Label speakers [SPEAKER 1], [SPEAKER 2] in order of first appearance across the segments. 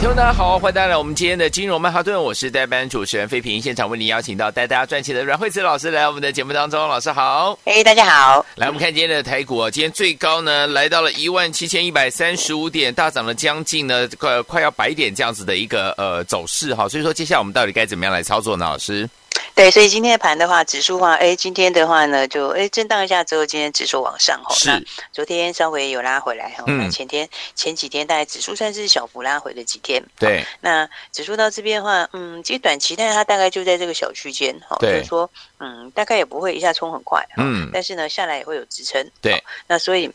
[SPEAKER 1] 听众大家好，欢迎大家来我们今天的金融曼哈顿，我是代班主持人费平，现场为您邀请到带大家赚钱的阮慧慈老师来我们的节目当中，老师好。
[SPEAKER 2] 哎、大家好。
[SPEAKER 1] 来，我们看今天的台股啊，今天最高呢来到了一万七千一百三十五点，大涨了将近呢快快要百点这样子的一个呃走势哈，所以说接下来我们到底该怎么样来操作呢？老师，
[SPEAKER 2] 对，所以今天的盘的话，指数的话，哎，今天的话呢，就哎震荡一下之后，今天指数往上吼，
[SPEAKER 1] 是
[SPEAKER 2] 那昨天稍微有拉回来哈，
[SPEAKER 1] 嗯
[SPEAKER 2] 那前天前几天大概指数算是小幅拉回了几天。
[SPEAKER 1] 对，
[SPEAKER 2] 那指数到这边的话，嗯，其实短期内它大概就在这个小区间哈，
[SPEAKER 1] 对
[SPEAKER 2] 就是说，嗯，大概也不会一下冲很快，哈
[SPEAKER 1] 嗯
[SPEAKER 2] 但是呢，下来也会有支撑。
[SPEAKER 1] 对
[SPEAKER 2] 好，那所以。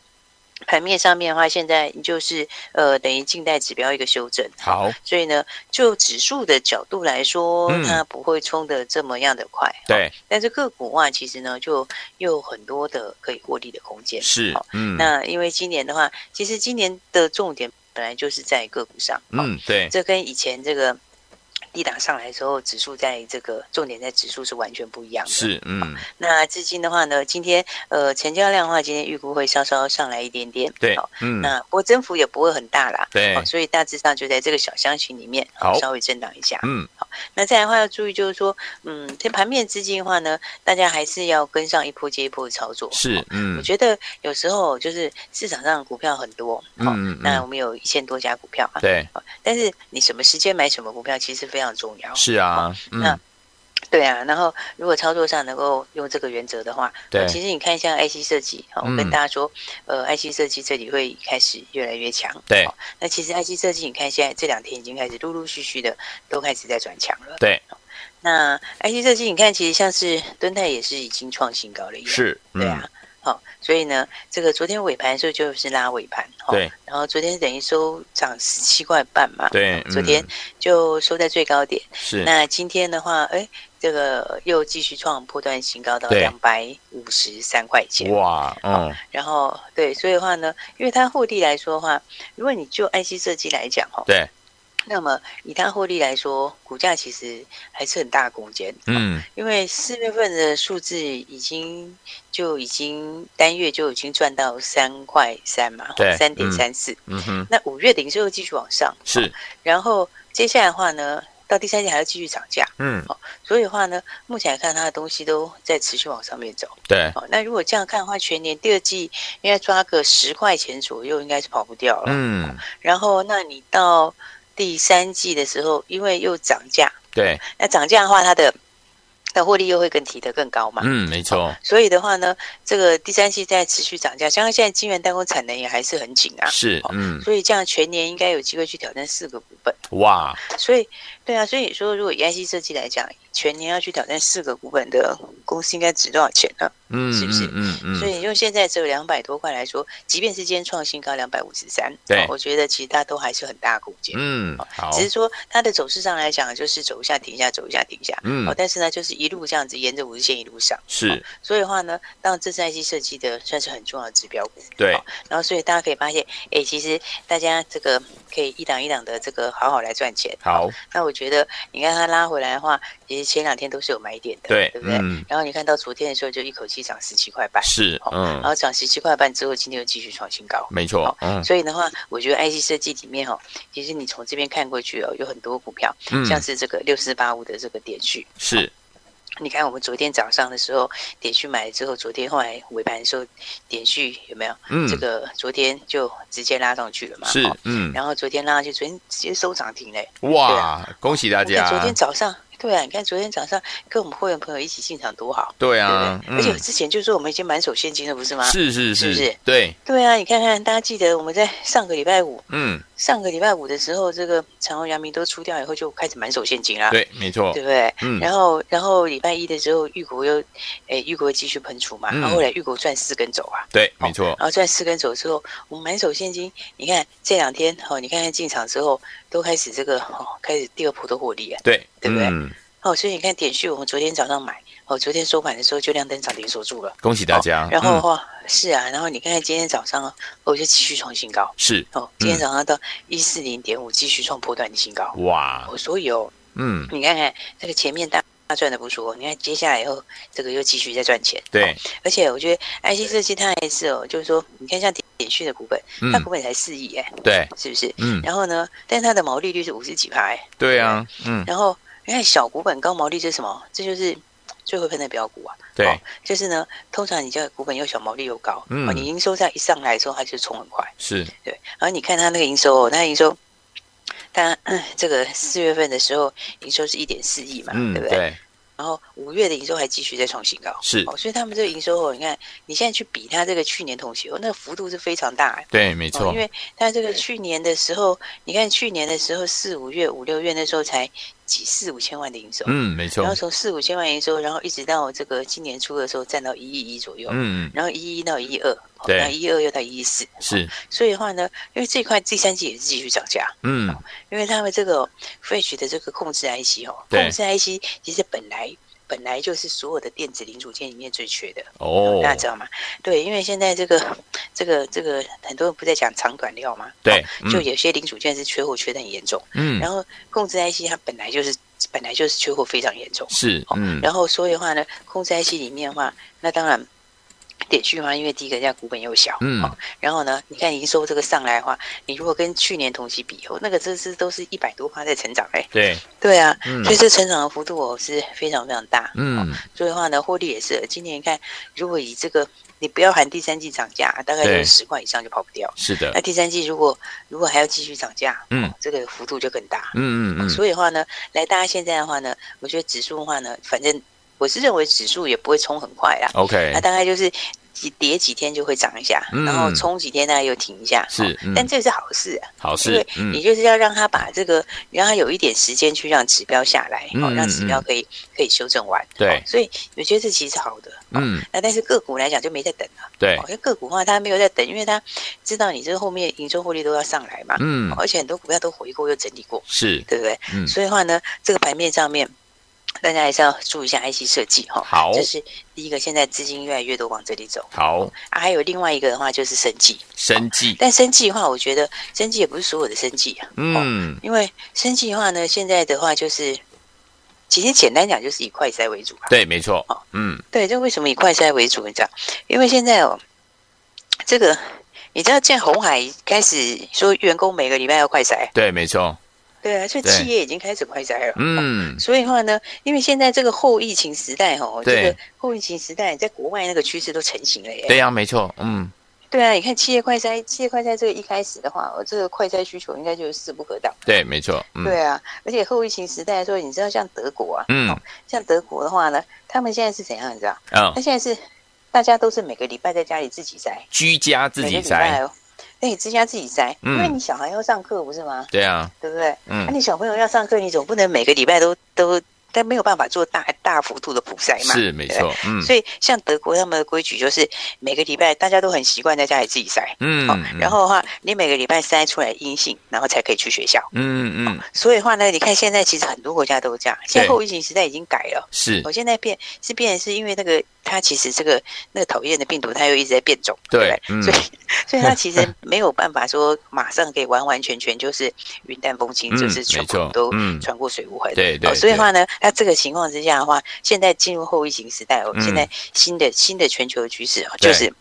[SPEAKER 2] 盘面上面的话，现在就是呃，等于近代指标一个修正，
[SPEAKER 1] 好，
[SPEAKER 2] 所以呢，就指数的角度来说，
[SPEAKER 1] 嗯
[SPEAKER 2] 它不会冲的这么样的快。
[SPEAKER 1] 对，
[SPEAKER 2] 但是个股啊，其实呢，就又有很多的可以获利的空间。
[SPEAKER 1] 是
[SPEAKER 2] 好，
[SPEAKER 1] 嗯，
[SPEAKER 2] 那因为今年的话，其实今年的重点本来就是在个股上。好，
[SPEAKER 1] 嗯，对，
[SPEAKER 2] 这跟以前这个低档上来的时候，指数在这个重点在指数是完全不一样的。。
[SPEAKER 1] 是，嗯，
[SPEAKER 2] 那至今的话呢，今天呃成交量的话，今天预估会稍稍上来一点点。
[SPEAKER 1] 对
[SPEAKER 2] 好，
[SPEAKER 1] 嗯，
[SPEAKER 2] 那不过增幅也不会很大啦。哦
[SPEAKER 1] 对
[SPEAKER 2] 好，所以大致上就在这个小箱型里面，哦
[SPEAKER 1] 好
[SPEAKER 2] 稍微震荡一下。
[SPEAKER 1] 嗯，
[SPEAKER 2] 那再来的话要注意，就是说，嗯，这盘面资金的话呢，大家还是要跟上一波接一波的操作。
[SPEAKER 1] 是
[SPEAKER 2] 哦，我
[SPEAKER 1] 嗯，
[SPEAKER 2] 觉得有时候就是市场上股票很多，哦
[SPEAKER 1] 嗯嗯
[SPEAKER 2] 那我们有一千多家股票啊，
[SPEAKER 1] 嗯对，
[SPEAKER 2] 哦但是你什么时间买什么股票其实非常重要。
[SPEAKER 1] 是啊，嗯
[SPEAKER 2] 那，对啊，然后如果操作上能够用这个原则的话，
[SPEAKER 1] 对
[SPEAKER 2] 呃其实你看像 IC 设计，哦，我
[SPEAKER 1] 嗯
[SPEAKER 2] 跟大家说，呃，IC 设计这里会开始越来越强。
[SPEAKER 1] 对
[SPEAKER 2] 哦那其实 IC 设计，你看现在这两天已经开始陆陆续续的都开始在转强了。
[SPEAKER 1] 对，
[SPEAKER 2] 那 IC 设计，你看其实像是敦泰也是已经创新高了一样，
[SPEAKER 1] 是，
[SPEAKER 2] 对
[SPEAKER 1] 嗯
[SPEAKER 2] 啊，，好、所以呢，这个昨天尾盘的时候就是拉尾盘，哦
[SPEAKER 1] 对，
[SPEAKER 2] 然后昨天等于收涨十七块半嘛，哦
[SPEAKER 1] 对，
[SPEAKER 2] 昨天
[SPEAKER 1] 嗯
[SPEAKER 2] 就收在最高点。
[SPEAKER 1] 是，
[SPEAKER 2] 那今天的话，哎，这个又继续创波段新高到
[SPEAKER 1] 对
[SPEAKER 2] 两百五十三块钱。
[SPEAKER 1] 哇，嗯，
[SPEAKER 2] 然后对，所以的话呢，因为它获利来说的话，如果你就 IC 设计来讲哦，
[SPEAKER 1] 对，
[SPEAKER 2] 那么以它获利来说，股价其实还是很大的空间。
[SPEAKER 1] 嗯，
[SPEAKER 2] 因为四月份的数字已经就已经单月就已经赚到三块三嘛，哦
[SPEAKER 1] 对
[SPEAKER 2] 三点三四。
[SPEAKER 1] 嗯哼，
[SPEAKER 2] 那五月营收又继续往上，
[SPEAKER 1] 是，
[SPEAKER 2] 然后接下来的话呢，到第三季还要继续涨价，
[SPEAKER 1] 嗯，
[SPEAKER 2] 所以的话呢，目前来看它的东西都在持续往上面走。
[SPEAKER 1] 对，
[SPEAKER 2] 好，那如果这样看的话，全年第二季应该抓个十块钱左右，应该是跑不掉了。
[SPEAKER 1] 嗯，
[SPEAKER 2] 然后，那你到第三季的时候，因为又涨价，
[SPEAKER 1] 对，
[SPEAKER 2] 那涨价的话，它的的获利又会更提得更高嘛。
[SPEAKER 1] 嗯，没错，
[SPEAKER 2] 所以的话呢，这个第三季在持续涨价，加上现在晶圆代工产能也还是很紧啊，
[SPEAKER 1] 是，嗯，
[SPEAKER 2] 所以这样全年应该有机会去挑战四个股本。
[SPEAKER 1] 哇，
[SPEAKER 2] 所以，对啊，所以说如果以 IC 设计来讲，全年要去挑战四个股本的公司应该值多少钱呢？
[SPEAKER 1] 嗯，嗯嗯
[SPEAKER 2] 所
[SPEAKER 1] 嗯，
[SPEAKER 2] 以你用现在只有两百多块来说，即便是今天创新高两百五十三，
[SPEAKER 1] 对
[SPEAKER 2] 哦我觉得其实它都还是很大的空间。
[SPEAKER 1] 嗯，好，
[SPEAKER 2] 只是说它的走势上来讲，就是走一下停一下，走一下停一下，
[SPEAKER 1] 嗯
[SPEAKER 2] 哦，但是呢，就是一路这样子沿着五日线一路上，
[SPEAKER 1] 是，
[SPEAKER 2] 所以的话呢，当然这是 IC 设计的算是很重要的指标股。
[SPEAKER 1] 对，
[SPEAKER 2] 然后所以大家可以发现，哎，其实大家这个可以一档一档的这个好好来赚钱。
[SPEAKER 1] 好，
[SPEAKER 2] 那我觉得你看它拉回来的话，其实前两天都是有买点的，
[SPEAKER 1] 对，
[SPEAKER 2] 对不对？
[SPEAKER 1] 嗯，
[SPEAKER 2] 然后你看到昨天的时候就一口气涨十七块半，
[SPEAKER 1] 是，
[SPEAKER 2] 然
[SPEAKER 1] 嗯，
[SPEAKER 2] 后涨十七块半之后，今天又继续创新高。
[SPEAKER 1] 没错，嗯
[SPEAKER 2] 所以的话，我觉得 IC 设计里面哦，其实你从这边看过去哦，有很多股票，
[SPEAKER 1] 嗯，
[SPEAKER 2] 像是这个六四八五的这个点序，
[SPEAKER 1] 是，
[SPEAKER 2] 你看我们昨天早上的时候点序买了之后，昨天后来尾盘的时候点序有没有？
[SPEAKER 1] 嗯，
[SPEAKER 2] 这个昨天就直接拉上去了嘛。
[SPEAKER 1] 是
[SPEAKER 2] 哦，
[SPEAKER 1] 嗯，
[SPEAKER 2] 然后昨天拉上去，昨天直接收涨停嘞。
[SPEAKER 1] 哇，恭喜大
[SPEAKER 2] 你看
[SPEAKER 1] 家，
[SPEAKER 2] 昨天早上，对啊，你看昨天早上跟我们会员朋友一起进场多好，
[SPEAKER 1] 对
[SPEAKER 2] 对不对？
[SPEAKER 1] 啊，嗯
[SPEAKER 2] 而，且之前就说我们已经满手现金了，不是吗？
[SPEAKER 1] 是是是，对，
[SPEAKER 2] 对啊，你看看大家记得我们在上个礼拜五
[SPEAKER 1] 嗯，
[SPEAKER 2] 上个礼拜五的时候，这个长荣、阳明都出掉以后，就开始满手现金啦，
[SPEAKER 1] 对，没错
[SPEAKER 2] 啊对，不对？
[SPEAKER 1] 嗯，
[SPEAKER 2] 然后，然后礼拜一的时候，玉国又，诶，玉国继续喷出嘛，
[SPEAKER 1] 嗯
[SPEAKER 2] 然后后来玉国赚四根走啊，
[SPEAKER 1] 对，没错，
[SPEAKER 2] 然后赚四根走之后，我们满手现金，你看这两天哦，你看看进场之后都开始这个哦，开始第二波的获利啊，
[SPEAKER 1] 对，
[SPEAKER 2] 对不对
[SPEAKER 1] 嗯，
[SPEAKER 2] 哦，所以你看点序，我们昨天早上买，哦，昨天收盘的时候就亮灯涨停锁住了，
[SPEAKER 1] 恭喜大家。
[SPEAKER 2] 然后的
[SPEAKER 1] 嗯
[SPEAKER 2] 话、是啊，然后你看看今天早上哦，我就继续创新高，
[SPEAKER 1] 是
[SPEAKER 2] 哦，今天
[SPEAKER 1] 嗯
[SPEAKER 2] 早上到一四零点五继续创波段的新高，
[SPEAKER 1] 哇，
[SPEAKER 2] 哦，所以哦，
[SPEAKER 1] 嗯，
[SPEAKER 2] 你看看这个前面大。大赚的不错，哦你看接下来以后，这个又继续再赚钱。
[SPEAKER 1] 对
[SPEAKER 2] 哦，而且我觉得 IC 设计它还是哦，就是说，你看像点点讯的股本，
[SPEAKER 1] 嗯
[SPEAKER 2] 它，股本才四亿哎，
[SPEAKER 1] 对，
[SPEAKER 2] 是不是？
[SPEAKER 1] 嗯，
[SPEAKER 2] 然后呢，但它的毛利率是五十几趴哎。
[SPEAKER 1] 对啊，嗯，
[SPEAKER 2] 然后你看小股本高毛利这是什么？这就是最会喷的标股啊。
[SPEAKER 1] 对
[SPEAKER 2] 哦，就是呢，通常你叫股本又小，毛利又高，
[SPEAKER 1] 嗯
[SPEAKER 2] 哦，你营收这样一上来的时候，它就冲很快。
[SPEAKER 1] 是，
[SPEAKER 2] 对，然后你看它那个营收、哦，那营收，它、 嗯这个四月份的时候营收是一点四亿嘛，
[SPEAKER 1] 嗯，
[SPEAKER 2] 对不对？
[SPEAKER 1] 对，
[SPEAKER 2] 然后五月的营收还继续在创新高，
[SPEAKER 1] 是
[SPEAKER 2] 哦，所以他们这个营收哦，你看你现在去比它这个去年同期哦，那个幅度是非常大、哎
[SPEAKER 1] 对，没
[SPEAKER 2] 哦，
[SPEAKER 1] 错
[SPEAKER 2] 因，为它这个去年的时候，你看去年的时候四五月、五六月那时候才几四五千万的营收，
[SPEAKER 1] 嗯，没错
[SPEAKER 2] 然后，从四五千万营收，然后一直到这个今年初的时候占到一亿一左右，
[SPEAKER 1] 嗯，
[SPEAKER 2] 然后一一到一二，哦
[SPEAKER 1] 对
[SPEAKER 2] 然后一二又到一四，
[SPEAKER 1] 是，
[SPEAKER 2] 所以的话呢，因为这一块第三季也是继续涨价，
[SPEAKER 1] 嗯，
[SPEAKER 2] 因为他们这个 f r e s h 的这个控制 IC 哦，
[SPEAKER 1] 对
[SPEAKER 2] 控制 IC 其实本来本来就是所有的电子零组件里面最缺的，
[SPEAKER 1] 哦，
[SPEAKER 2] 大家知道吗？对，因为现在这个这个这个很多人不在讲长短料嘛，
[SPEAKER 1] 对
[SPEAKER 2] 哦
[SPEAKER 1] 嗯
[SPEAKER 2] 就有些零组件是缺货缺的很严重，
[SPEAKER 1] 嗯，
[SPEAKER 2] 然后控制 IC 它本来就是本来就是缺货非常严重，
[SPEAKER 1] 是，
[SPEAKER 2] 哦
[SPEAKER 1] 嗯，
[SPEAKER 2] 然后所以的话呢，控制 IC 里面的话，那当然。点序嘛，因为第一个人家股本又小，
[SPEAKER 1] 嗯
[SPEAKER 2] 哦，然后呢，你看营收这个上来的话，你如果跟去年同期比，哦，那个这是都是一百多趴在成长，哎，
[SPEAKER 1] 对，
[SPEAKER 2] 对啊，
[SPEAKER 1] 嗯
[SPEAKER 2] 所以这成长的幅度哦是非常非常大，
[SPEAKER 1] 嗯，
[SPEAKER 2] 所以的话呢，获利也是，今年你看，如果以这个你不要含第三季涨价，大概就是
[SPEAKER 1] 对
[SPEAKER 2] 十块以上就跑不掉，
[SPEAKER 1] 是的
[SPEAKER 2] 那，第三季如果如果还要继续涨价，哦
[SPEAKER 1] 嗯，
[SPEAKER 2] 这个幅度就更大，
[SPEAKER 1] 嗯嗯嗯，
[SPEAKER 2] 所以的话呢，来大家现在的话呢，我觉得指数的话呢，反正我是认为指数也不会冲很快啦，
[SPEAKER 1] OK，
[SPEAKER 2] 它大概就是几跌几天就会涨一下，
[SPEAKER 1] 嗯
[SPEAKER 2] 然后冲几天大概又停一下，
[SPEAKER 1] 是
[SPEAKER 2] 哦
[SPEAKER 1] 嗯
[SPEAKER 2] 但这个是好事啊，
[SPEAKER 1] 好
[SPEAKER 2] 因为
[SPEAKER 1] 事，嗯
[SPEAKER 2] 你，就是要让它把这个，让它有一点时间去让指标下来，哦，
[SPEAKER 1] 嗯
[SPEAKER 2] 让指标可以可以修正完，
[SPEAKER 1] 对
[SPEAKER 2] 哦所以我觉得这其实是好的，哦
[SPEAKER 1] 嗯，
[SPEAKER 2] 那但是个股来讲就没在等了，
[SPEAKER 1] 对
[SPEAKER 2] 哦，，因为个股的话它没有在等，因为它知道你这后面营收获利都要上来嘛，
[SPEAKER 1] 嗯
[SPEAKER 2] 哦，而且很多股票都回过又整理过，
[SPEAKER 1] 是，
[SPEAKER 2] 对不对？
[SPEAKER 1] 嗯，
[SPEAKER 2] 所以的话呢，这个盘面上面，大家还是要注意一下 IC 设计哈。
[SPEAKER 1] 好
[SPEAKER 2] 这是第一个，现在资金越来越多往这里走
[SPEAKER 1] 好，
[SPEAKER 2] 啊。还有另外一个的话就是生计，
[SPEAKER 1] 生计，
[SPEAKER 2] 但生计的话，我觉得生计也不是所有的生计啊，
[SPEAKER 1] 嗯，
[SPEAKER 2] 因为生计的话呢，现在的话就是，其实简单讲就是以快筛为主吧。
[SPEAKER 1] 对，没错，嗯，
[SPEAKER 2] 对，这为什么以快筛为主？你知道，因为现在哦，这个你知道，现在红海开始说员工每个礼拜要快筛，
[SPEAKER 1] 对，没错，
[SPEAKER 2] 对啊，所以
[SPEAKER 1] 对
[SPEAKER 2] 企业已经开始快筛了。
[SPEAKER 1] 嗯，
[SPEAKER 2] 所以的话呢，因为现在这个后疫情时代哦，这
[SPEAKER 1] 对
[SPEAKER 2] 个后疫情时代，在国外那个趋势都成型了耶。
[SPEAKER 1] 对呀，没错，嗯，
[SPEAKER 2] 对啊，你看企业快筛，企业快筛这个一开始的话，哦，这个快筛需求应该就是势不可挡。
[SPEAKER 1] 对，没错，嗯，
[SPEAKER 2] 对啊，而且后疫情时代的时候，你知道像德国啊，
[SPEAKER 1] 嗯
[SPEAKER 2] 像德国的话呢，他们现在是怎样？你知道，
[SPEAKER 1] 嗯
[SPEAKER 2] 他，现在是大家都是每个礼拜在家里自己筛，
[SPEAKER 1] 居家自
[SPEAKER 2] 每
[SPEAKER 1] 己
[SPEAKER 2] 个礼拜
[SPEAKER 1] 摘，
[SPEAKER 2] 哦，对，在家自己筛，
[SPEAKER 1] 嗯
[SPEAKER 2] 因为你小孩要上课不是吗？
[SPEAKER 1] 对啊，
[SPEAKER 2] 对不对？
[SPEAKER 1] 嗯
[SPEAKER 2] 那、，你小朋友要上课，你总不能每个礼拜都都，但没有办法做大大幅度的普筛嘛。
[SPEAKER 1] 是没
[SPEAKER 2] 对
[SPEAKER 1] 错，嗯
[SPEAKER 2] 所以像德国他们的规矩就是每个礼拜大家都很习惯在家里自己筛。
[SPEAKER 1] 嗯
[SPEAKER 2] 哦，，然后的话，你每个礼拜筛出来阴性，然后才可以去学校。
[SPEAKER 1] 嗯嗯
[SPEAKER 2] 所以的话呢，你看现在其实很多国家都这样，现在后疫情时代已经改了。
[SPEAKER 1] 是
[SPEAKER 2] 我现在变是变，是因为那个它其实这个那个讨厌的病毒，它又一直在变种，
[SPEAKER 1] 对
[SPEAKER 2] 不
[SPEAKER 1] 嗯
[SPEAKER 2] 所以所以它其实没有办法说马上可以完完全全就是云淡风轻，
[SPEAKER 1] 嗯
[SPEAKER 2] 就是全部
[SPEAKER 1] 没错
[SPEAKER 2] 都
[SPEAKER 1] 嗯
[SPEAKER 2] 穿过水无痕。
[SPEAKER 1] 对对
[SPEAKER 2] 哦，所以的
[SPEAKER 1] 对
[SPEAKER 2] 话呢，它这个情况之下的话，现在进入后疫情时代哦，
[SPEAKER 1] 嗯
[SPEAKER 2] 现在新的新的全球的趋势哦，
[SPEAKER 1] 对
[SPEAKER 2] 就是。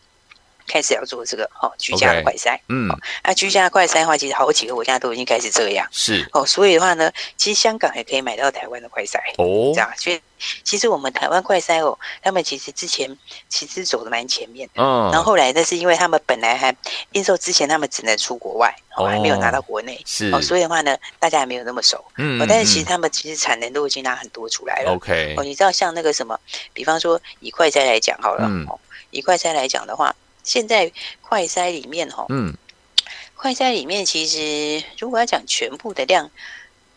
[SPEAKER 2] 开始要做这个哦，居家的
[SPEAKER 1] OK
[SPEAKER 2] 快筛。
[SPEAKER 1] 嗯
[SPEAKER 2] 那、居家的快筛的话，其实好几个国家都已经开始这样
[SPEAKER 1] 是
[SPEAKER 2] 哦，所以的话呢，其实香港也可以买到台湾的快筛。
[SPEAKER 1] 哦
[SPEAKER 2] 这，样，所以其实我们台湾快筛哦，他们其实之前其实走的蛮前面的。
[SPEAKER 1] 嗯，
[SPEAKER 2] 然后后来，那是因为他们本来还应售之前，他们只能出国外，哦，
[SPEAKER 1] 哦
[SPEAKER 2] 还没有拿到国内，
[SPEAKER 1] 是
[SPEAKER 2] 哦，所以的话呢，大家还没有那么熟，
[SPEAKER 1] 嗯
[SPEAKER 2] 哦，但是其实他们其实产能都已经拿很多出来了，
[SPEAKER 1] OK
[SPEAKER 2] 哦，你知道像那个什么，比方说以快筛来讲好了，
[SPEAKER 1] 嗯
[SPEAKER 2] 哦，以快筛来讲的话，现在快筛里面哦，
[SPEAKER 1] 嗯
[SPEAKER 2] 快筛里面其实如果要讲全部的量，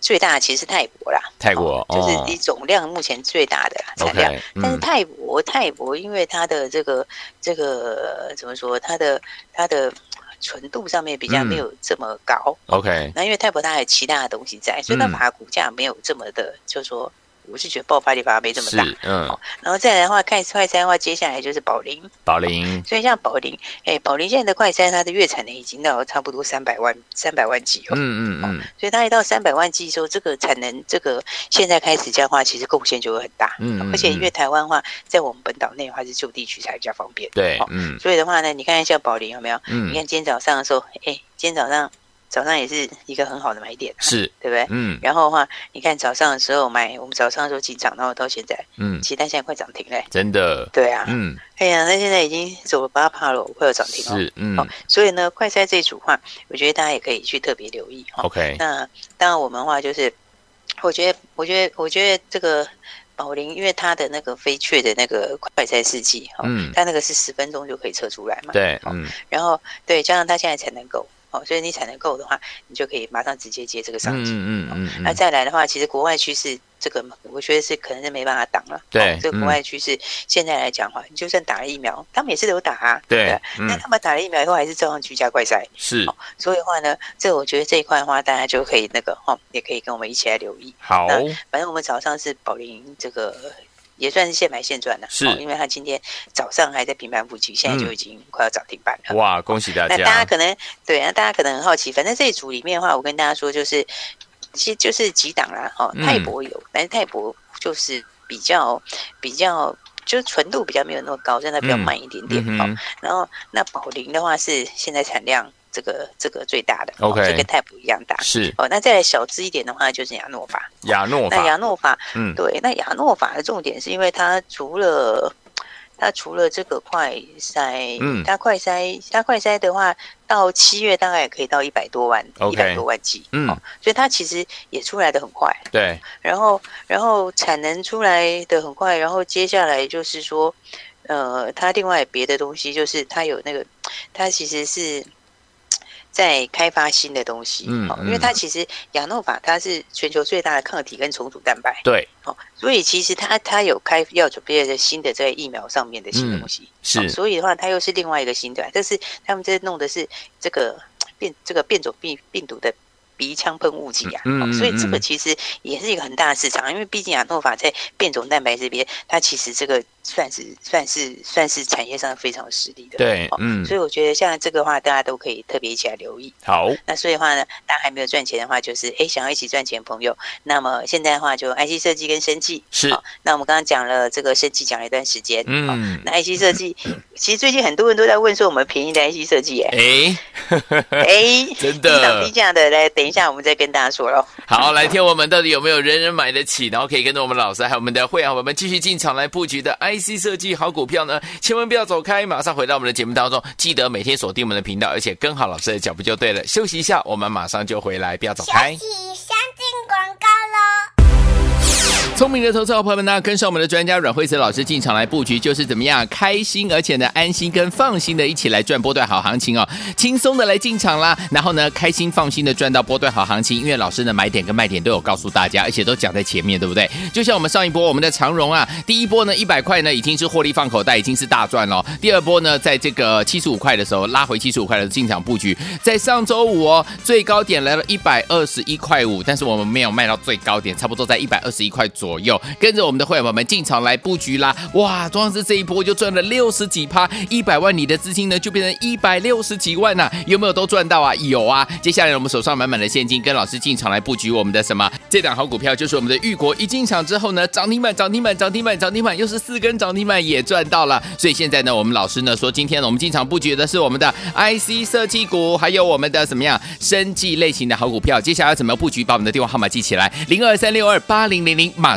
[SPEAKER 2] 最大的其实是泰国啦，
[SPEAKER 1] 泰国
[SPEAKER 2] 就
[SPEAKER 1] 哦
[SPEAKER 2] 是一总量目前最大的啦产量。
[SPEAKER 1] ，OK，
[SPEAKER 2] 但是
[SPEAKER 1] 嗯，
[SPEAKER 2] 泰国，泰国因为它的这个这个呃怎么说，它的它的纯度上面比较
[SPEAKER 1] 嗯
[SPEAKER 2] 没有这么高。
[SPEAKER 1] ，OK，
[SPEAKER 2] 那因为泰国它还有其他的东西在，所以它
[SPEAKER 1] 嗯
[SPEAKER 2] 把股价没有这么的，就是说我是觉得爆发力反而没这么大。哦
[SPEAKER 1] 是，嗯，
[SPEAKER 2] 然后再来的话，看快餐的话，接下来就是宝林，
[SPEAKER 1] 宝林，
[SPEAKER 2] 所以像宝林，哎，宝林现在的快餐它的月产能已经到差不多三百万三百万剂哦，
[SPEAKER 1] 嗯嗯嗯
[SPEAKER 2] 所以它一到三百万剂之后，这个产能这个现在开始这样的话，其实贡献就会很大。
[SPEAKER 1] 嗯嗯
[SPEAKER 2] 而且因为
[SPEAKER 1] 嗯
[SPEAKER 2] 台湾的话，在我们本岛内的话是就地取材比较方便。
[SPEAKER 1] 对
[SPEAKER 2] 好，
[SPEAKER 1] 嗯
[SPEAKER 2] 所以的话呢，你看像宝林有没有？你
[SPEAKER 1] 嗯，
[SPEAKER 2] 看今天早上的时候，哎，今天早上早上也是一个很好的买点、啊，
[SPEAKER 1] 是，
[SPEAKER 2] 对不对？
[SPEAKER 1] 嗯
[SPEAKER 2] 然后的话，你看早上的时候买，我们早上的时候进场，然后到现在，
[SPEAKER 1] 嗯，
[SPEAKER 2] 其实它现在快涨停嘞。
[SPEAKER 1] 真的，
[SPEAKER 2] 对啊，
[SPEAKER 1] 嗯
[SPEAKER 2] 哎呀，它现在已经走了八趴了，快要涨停了。
[SPEAKER 1] 是，嗯
[SPEAKER 2] 好、所以呢，快筛这一组的话，我觉得大家也可以去特别留意哈。
[SPEAKER 1] ，OK，
[SPEAKER 2] 那当然，我们的话就是，我觉得，我觉得，我觉得这个宝林，因为它的那个飞雀的那个快餐试剂，哦，
[SPEAKER 1] 嗯
[SPEAKER 2] 它那个是十分钟就可以测出来嘛，，
[SPEAKER 1] 对，
[SPEAKER 2] 好
[SPEAKER 1] 嗯
[SPEAKER 2] 然后对，加上它现在才能够，哦，所以你才能够的话，你就可以马上直接接这个商
[SPEAKER 1] 嗯
[SPEAKER 2] 机。
[SPEAKER 1] 嗯嗯嗯
[SPEAKER 2] 那
[SPEAKER 1] 嗯，
[SPEAKER 2] 再来的话，其实国外趋势这个，我觉得是可能是没办法挡了。
[SPEAKER 1] 对
[SPEAKER 2] 哦这
[SPEAKER 1] 嗯
[SPEAKER 2] 个国外趋势现在来讲的话，你就算打了疫苗，他们也是有打啊。
[SPEAKER 1] 对，
[SPEAKER 2] 那
[SPEAKER 1] 嗯
[SPEAKER 2] 他们打了疫苗以后，还是照样居家快筛。
[SPEAKER 1] 是，
[SPEAKER 2] 所以的话呢，这我觉得这一块的话，大家就可以那个哈、哦，也可以跟我们一起来留意。
[SPEAKER 1] 好，
[SPEAKER 2] 反正我们早上是宝林这个呃也算是现买现赚了，
[SPEAKER 1] 是嗯
[SPEAKER 2] 哦因为它今天早上还在平盘附近，现在就已经快要涨停板了。
[SPEAKER 1] 哇，恭喜大
[SPEAKER 2] 那大家
[SPEAKER 1] 家，
[SPEAKER 2] 可能对，那大家可能很好奇，反正这一组里面的话，我跟大家说就是，其实就是几档啦，哈、哦，
[SPEAKER 1] 嗯
[SPEAKER 2] 泰博有，但是泰博就是比较比较。就是纯度比较没有那么高，但它比较
[SPEAKER 1] 嗯
[SPEAKER 2] 慢一点点
[SPEAKER 1] 嗯。
[SPEAKER 2] 哦
[SPEAKER 1] 哼，
[SPEAKER 2] 然后那宝林的话是现在产量这个这个最大的
[SPEAKER 1] OK
[SPEAKER 2] 哦就跟泰普一样大。
[SPEAKER 1] 是
[SPEAKER 2] 哦，那再来小资一点的话就是亚诺法。
[SPEAKER 1] 亚诺
[SPEAKER 2] 那亚
[SPEAKER 1] 法，
[SPEAKER 2] 诺法
[SPEAKER 1] 嗯
[SPEAKER 2] 对，那亚诺法的重点是因为它除了它除了这个快筛，
[SPEAKER 1] 嗯
[SPEAKER 2] 它快筛它快筛的话，到七月大概也可以到一百多万，一
[SPEAKER 1] OK
[SPEAKER 2] 百多万剂，
[SPEAKER 1] 嗯
[SPEAKER 2] 哦，所以它其实也出来的很快，
[SPEAKER 1] 对，
[SPEAKER 2] 然后然后产能出来的很快，然后接下来就是说，呃，它另外别的东西就是它有那个，它其实是。在开发新的东西，
[SPEAKER 1] 嗯
[SPEAKER 2] 哦
[SPEAKER 1] 嗯
[SPEAKER 2] 因为它其实亚诺法它是全球最大的抗体跟重组蛋白，
[SPEAKER 1] 对，
[SPEAKER 2] 哦，所以其实它它有开要准备的新的这个疫苗上面的新
[SPEAKER 1] 嗯
[SPEAKER 2] 东西，
[SPEAKER 1] 是
[SPEAKER 2] 哦所以的话它又是另外一个新的，但是他们这弄的是这个变这个变种病病毒的鼻腔喷雾剂啊、
[SPEAKER 1] 嗯嗯
[SPEAKER 2] 哦，所以这
[SPEAKER 1] 嗯
[SPEAKER 2] 个其实也是一个很大的市场，因为毕竟亚诺法在变种蛋白这边，它其实这个算是算是算是产业上非常有实力的，
[SPEAKER 1] 对
[SPEAKER 2] 哦，
[SPEAKER 1] 嗯，
[SPEAKER 2] 所以我觉得像这个话，大家都可以特别一起来留意。
[SPEAKER 1] 好，
[SPEAKER 2] 那所以的话呢，大家还没有赚钱的话，就是诶想要一起赚钱的朋友，那么现在的话就 IC 设计跟生技
[SPEAKER 1] 是
[SPEAKER 2] 好那我们刚刚讲了这个生技，讲了一段时间，好
[SPEAKER 1] 嗯，
[SPEAKER 2] 那 IC 设计，其实最近很多人都在问说我们便宜的 IC 设计耶，
[SPEAKER 1] 哎，
[SPEAKER 2] 哎，
[SPEAKER 1] 真
[SPEAKER 2] 低档
[SPEAKER 1] 的
[SPEAKER 2] 低，价的，来等一下我们再跟大家说喽。
[SPEAKER 1] 好，来听我们到底有没有人人买得起，然后可以跟着我们老师还有我们的会员伙伴们继续进场来布局的 IC 设计好股票呢？千万不要走开，马上回到我们的节目当中，记得每天锁定我们的频道，而且跟好老师的脚步就对了。休息一下，我们马上就回来，不要走开
[SPEAKER 3] 休。息，先进广告喽。
[SPEAKER 1] 聪明的投资好朋友们呢，跟上我们的专家阮慧慈老师进场来布局，就是怎么样开心，而且呢安心跟放心的一起来赚波段好行情哦，轻松的来进场啦，然后呢开心放心的赚到波段好行情，因为老师的买点跟卖点都有告诉大家，而且都讲在前面，对不对？就像我们上一波我们的长荣啊，第一波呢一百块呢已经是获利放口袋，已经是大赚了哦，第二波呢在这个七十五块的时候拉回七十五块的时候进场布局，在上周五哦最高点来了一百二十一块五，但是我们没有卖到最高点，差不多在一百二十一块左右。跟着我们的会员们进场来布局啦！哇，庄老师这一波就赚了六十几趴，一百万你的资金呢就变成一百六十几万呐、有没有都赚到啊？有啊！接下来我们手上满满的现金，跟老师进场来布局我们的什么？这档好股票就是我们的玉国，一进场之后呢，涨停板、涨停板、涨停板、涨停板，又是四根涨停板也赚到了。所以现在呢，我们老师呢说，今天呢我们进场布局的是我们的 IC 设计股，还有我们的什么样生技类型的好股票。接下来要怎么布局？把我们的电话号码记起来，零二三六二八零零零，马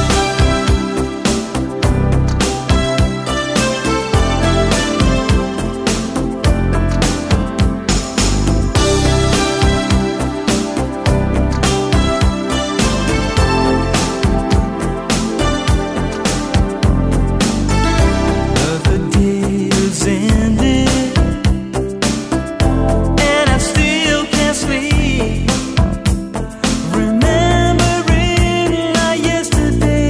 [SPEAKER 4] Remembering our yesterday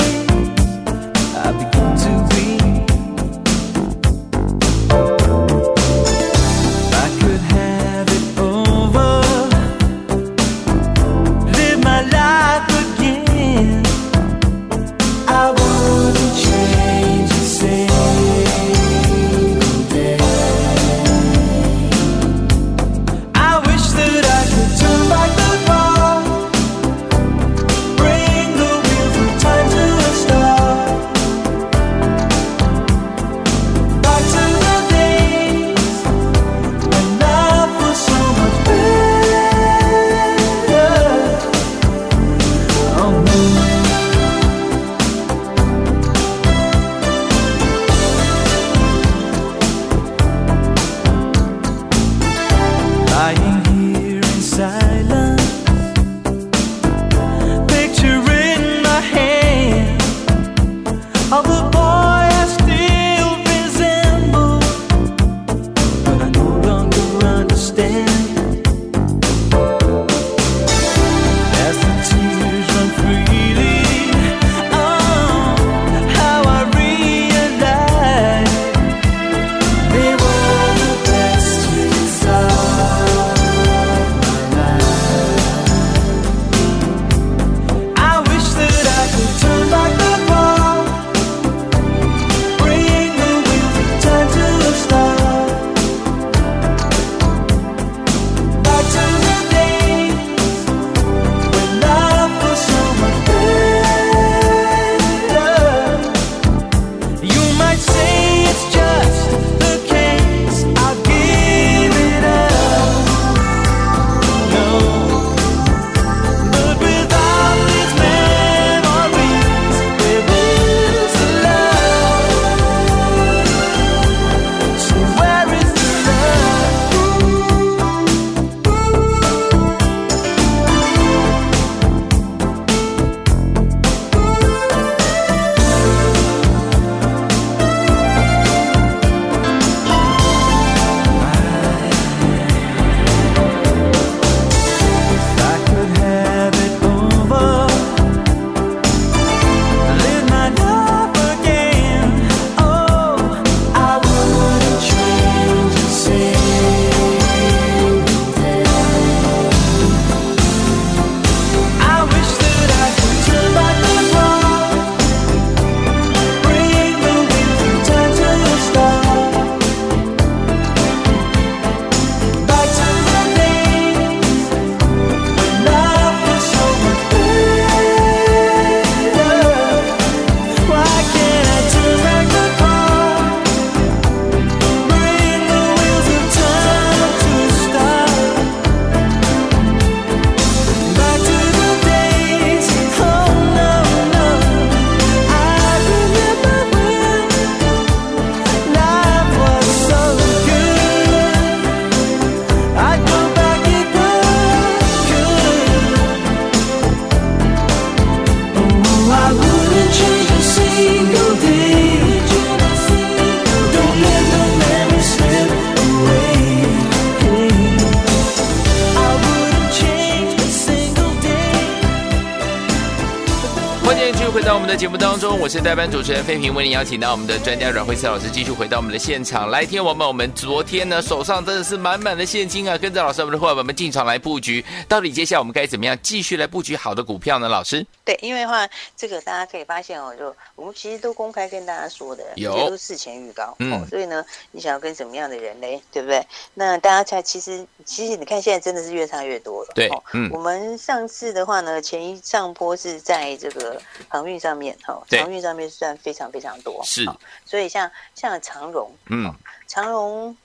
[SPEAKER 1] 目当中，我是代班主持人费平，为您邀请到我们的专家阮慧慈老师继续回到我们的现场。来，天王们，我们昨天呢手上真的是满满的现金啊，跟着老师我们的伙伴们进场来布局，到底接下来我们该怎么样继续来布局好的股票呢？老师，
[SPEAKER 2] 对，因为的话，这个大家可以发现哦，就我们其实都公开跟大家说的，
[SPEAKER 1] 有
[SPEAKER 2] 这都是事前预告，
[SPEAKER 1] 嗯
[SPEAKER 2] 哦，所以呢，你想要跟什么样的人嘞，对不对？那大家才其实，其实你看现在真的是越差越多了，
[SPEAKER 1] 对
[SPEAKER 2] 哦
[SPEAKER 1] 嗯
[SPEAKER 2] 我们上次的话呢，前一上坡是在这个航运上面，哈、哦，
[SPEAKER 1] 对
[SPEAKER 2] 航运上面算非常非常多，
[SPEAKER 1] 是
[SPEAKER 2] 哦所以像像长荣，
[SPEAKER 1] 嗯，
[SPEAKER 2] 长荣，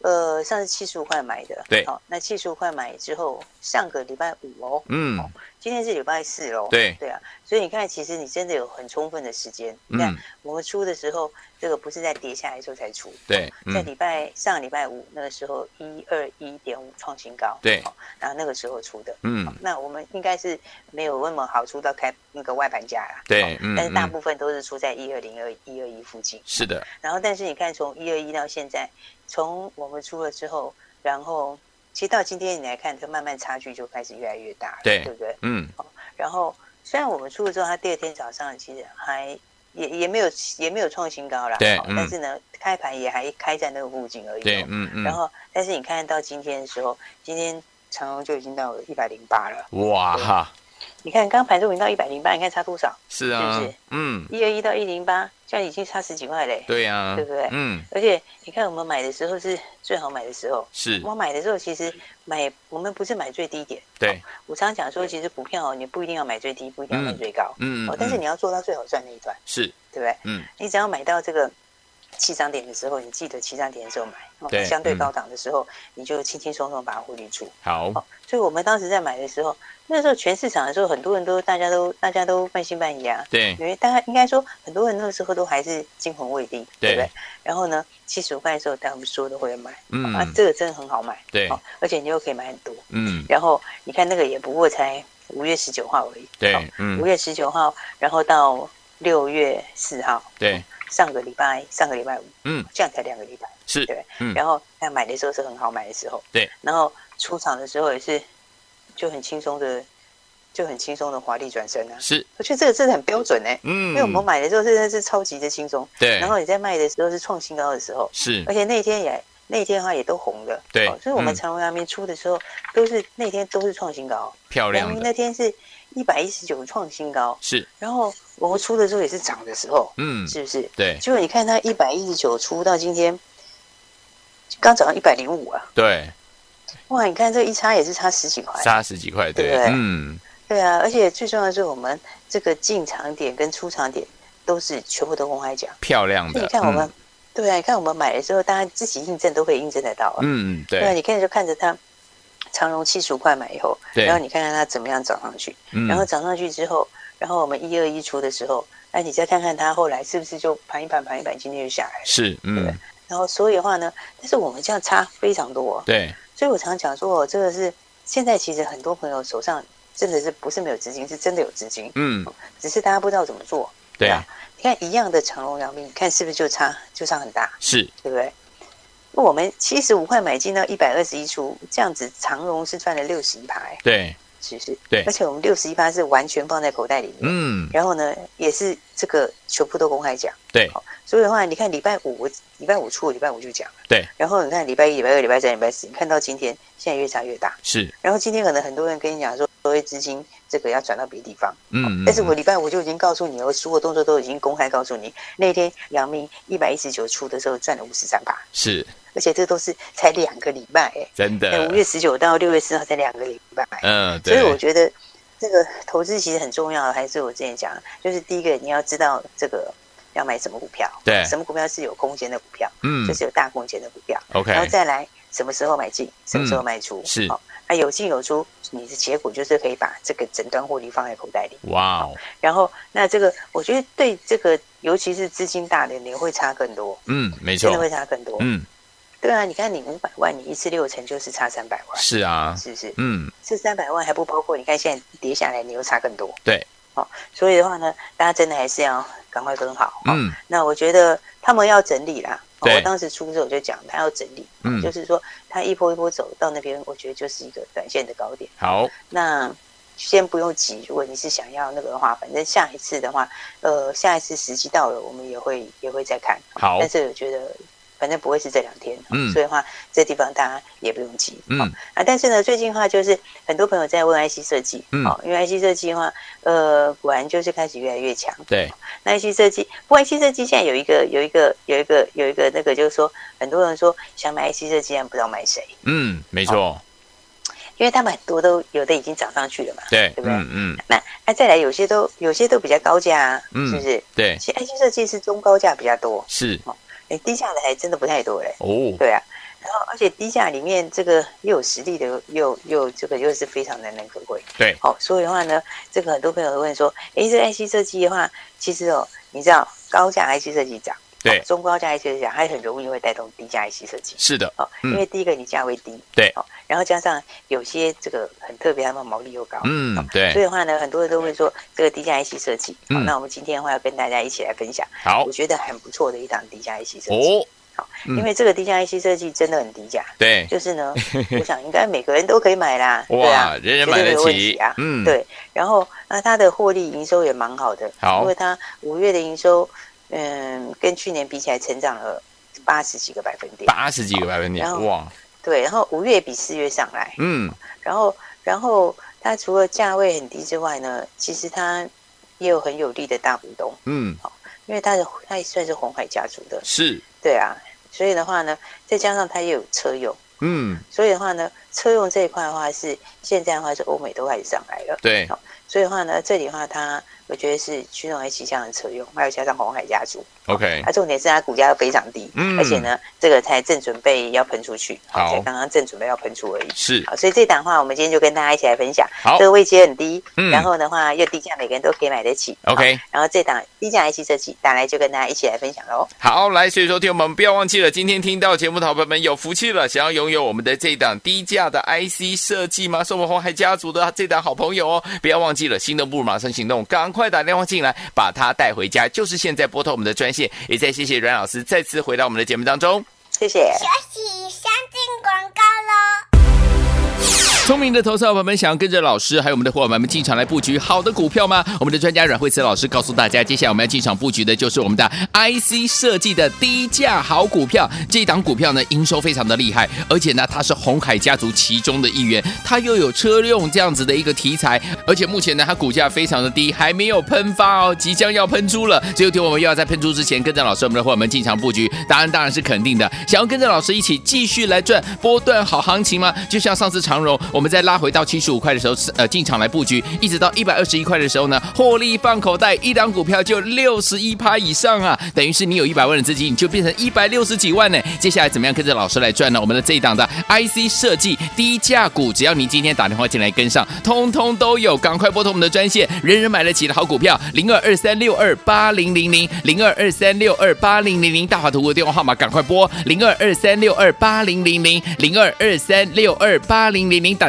[SPEAKER 2] 呃，上次七十五块买的，
[SPEAKER 1] 对
[SPEAKER 2] 好、那七十五块买之后，上个礼拜五哦，
[SPEAKER 1] 嗯，
[SPEAKER 2] 今天是礼拜四喽，
[SPEAKER 1] 对
[SPEAKER 2] 对啊，所以你看，其实你真的有很充分的时间。
[SPEAKER 1] 嗯
[SPEAKER 2] 你看我们出的时候，这个不是在跌下来的时候才出，
[SPEAKER 1] 对，
[SPEAKER 2] 在
[SPEAKER 1] 嗯，
[SPEAKER 2] 礼拜上礼拜五那个时候一二一点五创新高，
[SPEAKER 1] 对
[SPEAKER 2] 好然后那个时候出的。
[SPEAKER 1] 嗯，
[SPEAKER 2] 那我们应该是没有那么好出到开那个外盘价啦，
[SPEAKER 1] 对
[SPEAKER 2] 好
[SPEAKER 1] 嗯
[SPEAKER 2] 但是大
[SPEAKER 1] 嗯
[SPEAKER 2] 部分都是出在一二零二一二一附近。
[SPEAKER 1] 是的，
[SPEAKER 2] 然后，但是你看，从一二一到现在，从我们出了之后，然后其实到今天你来看，这慢慢差距就开始越来越大了，
[SPEAKER 1] 对
[SPEAKER 2] 对不对？
[SPEAKER 1] 嗯，
[SPEAKER 2] 然后虽然我们出了之后，它第二天早上其实还也也没有也没有创新高啦，
[SPEAKER 1] 对
[SPEAKER 2] 好
[SPEAKER 1] 嗯
[SPEAKER 2] 但是呢，开盘也还开在那个附近而已哦、
[SPEAKER 1] 对，嗯嗯，
[SPEAKER 2] 然后，但是你看到今天的时候，今天长荣就已经到一百零八了。
[SPEAKER 1] 哇哈，
[SPEAKER 2] 你看，刚盘中已经到一百零八，你看差多少？
[SPEAKER 1] 是啊
[SPEAKER 2] 是不是，
[SPEAKER 1] 嗯，
[SPEAKER 2] 一二一到一零八，现在已经差十几块嘞。
[SPEAKER 1] 对呀，
[SPEAKER 2] 对不对
[SPEAKER 1] 嗯，
[SPEAKER 2] 而且你看，我们买的时候是最好买的时候。
[SPEAKER 1] 是，
[SPEAKER 2] 我买的时候，其实买我们不是买最低点。
[SPEAKER 1] 对，
[SPEAKER 2] 我常常讲说，其实股票哦你不一定要买最低，不一定要买最高，
[SPEAKER 1] 嗯，
[SPEAKER 2] 哦，但是
[SPEAKER 1] 嗯
[SPEAKER 2] 你要做到最好赚那一段。
[SPEAKER 1] 是，
[SPEAKER 2] 对不对？
[SPEAKER 1] 嗯，
[SPEAKER 2] 你只要买到这个起涨点的时候，你记得起涨点的时候买，哦
[SPEAKER 1] 对
[SPEAKER 2] 相对
[SPEAKER 1] 嗯
[SPEAKER 2] 高档的时候，你就轻轻松松把它获利出。
[SPEAKER 1] 好，
[SPEAKER 2] 所以我们当时在买的时候，那时候全市场的时候，很多人都大家都大家都半信半疑啊。
[SPEAKER 1] 对，
[SPEAKER 2] 因为大家应该说，很多人那个时候都还是惊魂未定，
[SPEAKER 1] 对
[SPEAKER 2] 对不对？然后呢，七十五块的时候，大家所有都会买，
[SPEAKER 1] 嗯
[SPEAKER 2] 啊，这个真的很好买，
[SPEAKER 1] 对
[SPEAKER 2] 哦，而且你又可以买很多。
[SPEAKER 1] 嗯，
[SPEAKER 2] 然后你看那个也不过才五月十九号而已，哦
[SPEAKER 1] 对，
[SPEAKER 2] 五
[SPEAKER 1] 嗯，
[SPEAKER 2] 月十九号，然后到六月四号，
[SPEAKER 1] 对，
[SPEAKER 2] 上个礼拜上个礼拜五，
[SPEAKER 1] 嗯，
[SPEAKER 2] 这样才两个礼拜，
[SPEAKER 1] 是，
[SPEAKER 2] 对。
[SPEAKER 1] 嗯，
[SPEAKER 2] 然后他买的时候是很好买的时候，
[SPEAKER 1] 对。
[SPEAKER 2] 然后出场的时候也是就很轻松的，就很轻松的华丽转身啊。
[SPEAKER 1] 是，
[SPEAKER 2] 我觉得这个真的很标准哎、
[SPEAKER 1] 嗯，
[SPEAKER 2] 因为我们买的时候真的是超级的轻松，
[SPEAKER 1] 对，
[SPEAKER 2] 然后你在卖的时候是创新高的时候，
[SPEAKER 1] 是
[SPEAKER 2] 而且那天也那天的话也都红的，哦
[SPEAKER 1] 对
[SPEAKER 2] 所以我
[SPEAKER 1] 嗯
[SPEAKER 2] 们长荣阳明出的时候都是那天都是创新高，
[SPEAKER 1] 漂
[SPEAKER 2] 阳
[SPEAKER 1] 亮
[SPEAKER 2] 明
[SPEAKER 1] 的，
[SPEAKER 2] 那天是一百一十九创新高，
[SPEAKER 1] 是，
[SPEAKER 2] 然后我们出的时候也是涨的时候，
[SPEAKER 1] 嗯，
[SPEAKER 2] 是不是？
[SPEAKER 1] 对
[SPEAKER 2] 结果你看它一百一十九出到今天，刚涨到一百零五啊！
[SPEAKER 1] 对，
[SPEAKER 2] 哇，你看这一差也是差十几块。
[SPEAKER 1] 杀十几块，对
[SPEAKER 2] 对不，对
[SPEAKER 1] 嗯，
[SPEAKER 2] 对啊，而且最重要的是我们这个进场点跟出场点都是全部都公开讲。
[SPEAKER 1] 漂亮
[SPEAKER 2] 所以
[SPEAKER 1] 的
[SPEAKER 2] 你，看我们，
[SPEAKER 1] 嗯
[SPEAKER 2] 对啊，你看我们买的时候，大家自己印证都可以印证得到啊。
[SPEAKER 1] 嗯，
[SPEAKER 2] 对啊，
[SPEAKER 1] 对，
[SPEAKER 2] 你看就看着它。长荣七十五块买以后，
[SPEAKER 1] 对
[SPEAKER 2] 然后你看看它怎么样涨上去，
[SPEAKER 1] 嗯
[SPEAKER 2] 然后涨上去之后，然后我们一二一出的时候，那你再看看它后来是不是就盘一盘盘一盘，今天就下来了。
[SPEAKER 1] 是，嗯，
[SPEAKER 2] 然后所以的话呢，但是我们这样差非常多哦、
[SPEAKER 1] 对，
[SPEAKER 2] 所以我常讲说，哦，这个是现在其实很多朋友手上真的是不是没有资金，是真的有资金，
[SPEAKER 1] 嗯，
[SPEAKER 2] 只是大家不知道怎么做。
[SPEAKER 1] 对啊
[SPEAKER 2] 吧，你看一样的长隆、阳明，你看是不是就差就差很大，
[SPEAKER 1] 是，
[SPEAKER 2] 对不对？那我们七十五块买进到一百二十一出，这样子长隆是赚了六十一趴，哎
[SPEAKER 1] 对，
[SPEAKER 2] 是不是？
[SPEAKER 1] 对
[SPEAKER 2] 而且我们六十一趴是完全放在口袋里面，
[SPEAKER 1] 嗯，
[SPEAKER 2] 然后呢，也是这个全部都公开讲。
[SPEAKER 1] 对，
[SPEAKER 2] 所以的话，你看礼拜五，我礼拜五出，我礼拜五就讲了。
[SPEAKER 1] 对。
[SPEAKER 2] 然后你看礼拜一、礼拜二、礼拜三、礼拜四，你看到今天，现在越差越大。
[SPEAKER 1] 是，
[SPEAKER 2] 然后今天可能很多人跟你讲说，所谓资金这个要转到别的地方，
[SPEAKER 1] 嗯，
[SPEAKER 2] 但是我
[SPEAKER 1] 嗯
[SPEAKER 2] 礼拜五就已经告诉你了，所有动作都已经公开告诉你。那天阳明一百一十九出的时候赚了五十三趴，
[SPEAKER 1] 是
[SPEAKER 2] 而且这都是才两个礼拜哎、
[SPEAKER 1] 真
[SPEAKER 2] 哎
[SPEAKER 1] 的
[SPEAKER 2] 五，月十九到六月四号才两个礼拜、
[SPEAKER 1] 嗯，
[SPEAKER 2] 所以我
[SPEAKER 1] 呃对，
[SPEAKER 2] 觉得这个投资其实很重要，还是我之前讲的，就是第一个你要知道这个要买什么股票，
[SPEAKER 1] 对
[SPEAKER 2] 什么股票是有空间的股票，
[SPEAKER 1] 嗯
[SPEAKER 2] 就是有大空间的股票，
[SPEAKER 1] ，OK，嗯
[SPEAKER 2] 然后再来什么时候买进，什么时候卖出，
[SPEAKER 1] 是
[SPEAKER 2] 哦，那有进有出，你的结果就是可以把这个整段获利放在口袋里，
[SPEAKER 1] 哇哦，
[SPEAKER 2] 然后那这个我觉得对这个尤其是资金大的你会差更多，
[SPEAKER 1] 嗯，没错
[SPEAKER 2] 真的，会差更多，
[SPEAKER 1] 嗯，
[SPEAKER 2] 对啊，你看你五百万，你一次六成就是差三百万，
[SPEAKER 1] 是啊，
[SPEAKER 2] 是不是？
[SPEAKER 1] 嗯，
[SPEAKER 2] 这三百万还不包括，你看现在跌下来，你又差更多。
[SPEAKER 1] 对，
[SPEAKER 2] 好、所以的话呢，大家真的还是要赶快跟好。哦
[SPEAKER 1] 嗯，
[SPEAKER 2] 那我觉得他们要整理啦。哦
[SPEAKER 1] 对
[SPEAKER 2] 我当时出的时候我就讲，他要整理，哦
[SPEAKER 1] 嗯
[SPEAKER 2] 就是说他一波一波走到那边，我觉得就是一个短线的高点。
[SPEAKER 1] 好，
[SPEAKER 2] 那先不用急。如果你是想要那个的话，反正下一次的话，呃，下一次时机到了，我们也会也会再看。
[SPEAKER 1] 好
[SPEAKER 2] 但，是我觉得反正不会是这两天，
[SPEAKER 1] 嗯
[SPEAKER 2] 所以的话这地方大家也不用急，
[SPEAKER 1] 嗯
[SPEAKER 2] 哦啊，但是呢，最近的话就是很多朋友在问 IC 设计，
[SPEAKER 1] 嗯
[SPEAKER 2] 哦，因为 IC 设计的话，呃，果然就是开始越来越强。
[SPEAKER 1] 对，
[SPEAKER 2] 那 IC 设计，不过 IC 设计现在有一个有一个有一个有一个那个，就是说很多人说想买 IC 设计，但不知道买谁，
[SPEAKER 1] 嗯，没错，
[SPEAKER 2] 因为他们很多都有的已经涨上去了嘛，
[SPEAKER 1] 对，
[SPEAKER 2] 对不对？
[SPEAKER 1] 嗯嗯，
[SPEAKER 2] 那那、再来有些都有些都比较高价、啊，
[SPEAKER 1] 嗯
[SPEAKER 2] 是不是？
[SPEAKER 1] 对，
[SPEAKER 2] 其实 IC 设计是中高价比较多，
[SPEAKER 1] 是
[SPEAKER 2] 哎，低价的还真的不太多嘞。
[SPEAKER 1] 哦，
[SPEAKER 2] 对啊，然后而且低价里面这个又有实力的，又又这个又是非常难能可贵。
[SPEAKER 1] 对，
[SPEAKER 2] 好、所以的话呢，这个很多朋友会问说，诶，这 IC 设计的话，其实哦，你知道高价 IC 设计涨，
[SPEAKER 1] 对
[SPEAKER 2] 哦中高价 IC 设计涨，它很容易会带动低价 IC 设计。
[SPEAKER 1] 是的，
[SPEAKER 2] 哦，
[SPEAKER 1] 嗯
[SPEAKER 2] 因为第一个你价位低，
[SPEAKER 1] 对
[SPEAKER 2] 哦，然后加上有些这个很特别，他们毛利又高，
[SPEAKER 1] 嗯，
[SPEAKER 2] 所
[SPEAKER 1] 对，
[SPEAKER 2] 以的话呢，很多人都会说这个低价 IC 设计，好、
[SPEAKER 1] 嗯
[SPEAKER 2] 那我们今天的话要跟大家一起来分享，
[SPEAKER 1] 好
[SPEAKER 2] 我，觉得很不错的一档低价 IC 设计，
[SPEAKER 1] 哦，嗯
[SPEAKER 2] 因为这个低价 IC 设计真的很低价，
[SPEAKER 1] 对，
[SPEAKER 2] 就是呢，我想应该每个人都可以 买啦，对啊
[SPEAKER 1] 哇，，人人买
[SPEAKER 2] 绝
[SPEAKER 1] 得
[SPEAKER 2] 对没有问题
[SPEAKER 1] 起
[SPEAKER 2] 啊，，
[SPEAKER 1] 嗯，，
[SPEAKER 2] 对。然后那它的获利营收也蛮好的，
[SPEAKER 1] 好
[SPEAKER 2] 因为它五月的营收，嗯，跟去年比起来成长了八十几个百分点，
[SPEAKER 1] 八十几个百分点
[SPEAKER 2] 然，后
[SPEAKER 1] 哇，
[SPEAKER 2] 对。然后五月比四月上来，
[SPEAKER 1] 嗯，
[SPEAKER 2] 然后然后它除了价位很低之外呢，其实它也有很有力的大股东，
[SPEAKER 1] 嗯，
[SPEAKER 2] 因为它的它也算是红海家族的，
[SPEAKER 1] 是，
[SPEAKER 2] 对啊。所以的话呢，再加上它也有车用。
[SPEAKER 1] 嗯，
[SPEAKER 2] 所以的话呢，车用这一块的话是现在的话是欧美都开始上来了，
[SPEAKER 1] 对，
[SPEAKER 2] 所以的话呢，这里的话它我觉得是驱动 A 七项的车用，还有加上红海家族，
[SPEAKER 1] ，OK，
[SPEAKER 2] 它、重点是它股价又非常低，
[SPEAKER 1] 嗯
[SPEAKER 2] 而且呢，这个才正准备要喷出去，
[SPEAKER 1] 好
[SPEAKER 2] 才刚刚正准备要喷出而已。
[SPEAKER 1] 是，
[SPEAKER 2] 好，所以这档的话，我们今天就跟大家一起来分享。
[SPEAKER 1] 好
[SPEAKER 2] 这个位阶很低，
[SPEAKER 1] 嗯
[SPEAKER 2] 然后的话又低价，每个人都可以买得起。
[SPEAKER 1] OK
[SPEAKER 2] 好然后这档低价 IC 设计，打来就跟大家一起来分享喽。
[SPEAKER 1] 好，来，所以说，听友们不要忘记了，今天听到节目的好朋友们有福气了，想要拥有我们的这一档低价的 IC 设计吗？是我们红海家族的这档好朋友哦，不要忘记了，心动不如马上行动，赶快打电话进来，把它带回家，就是现在拨通我们的专线，也再谢谢阮老师再次回到我们的节目当中。
[SPEAKER 2] 谢谢。
[SPEAKER 3] 休息一下，进广告喽。
[SPEAKER 1] 聪明的投资者朋友们，想要跟着老师还有我们的伙伴们进场来布局好的股票吗？我们的专家阮慧慈老师告诉大家，接下来我们要进场布局的就是我们的 IC 设计的低价好股票。这一档股票呢，营收非常的厉害，而且呢，它是红海家族其中的一员，它又有车用这样子的一个题材，而且目前呢，它股价非常的低，还没有喷发哦，即将要喷出了。只有听我们又要在喷出之前，跟着老师我们的伙伴们进场布局，答案当然是肯定的。想要跟着老师一起继续来赚波段好行情吗？就像上次长荣，我们在拉回到七十五块的时候，呃，进场来布局，一直到一百二十一块的时候呢，获利放口袋，一档股票就六十一趴以上啊，等于是你有一百万的资金，你就变成一百六十几万呢。接下来怎么样跟着老师来赚呢？我们的这一档的 IC 设计低价股，只要你今天打电话进来跟上，通通都有，赶快拨通我们的专线，人人买得起的好股票，零二二三六二八零零零，零二二三六二八零零零，大华图的电话号码赶快拨零二二三六二八零零零，零二二三六二八零零零，打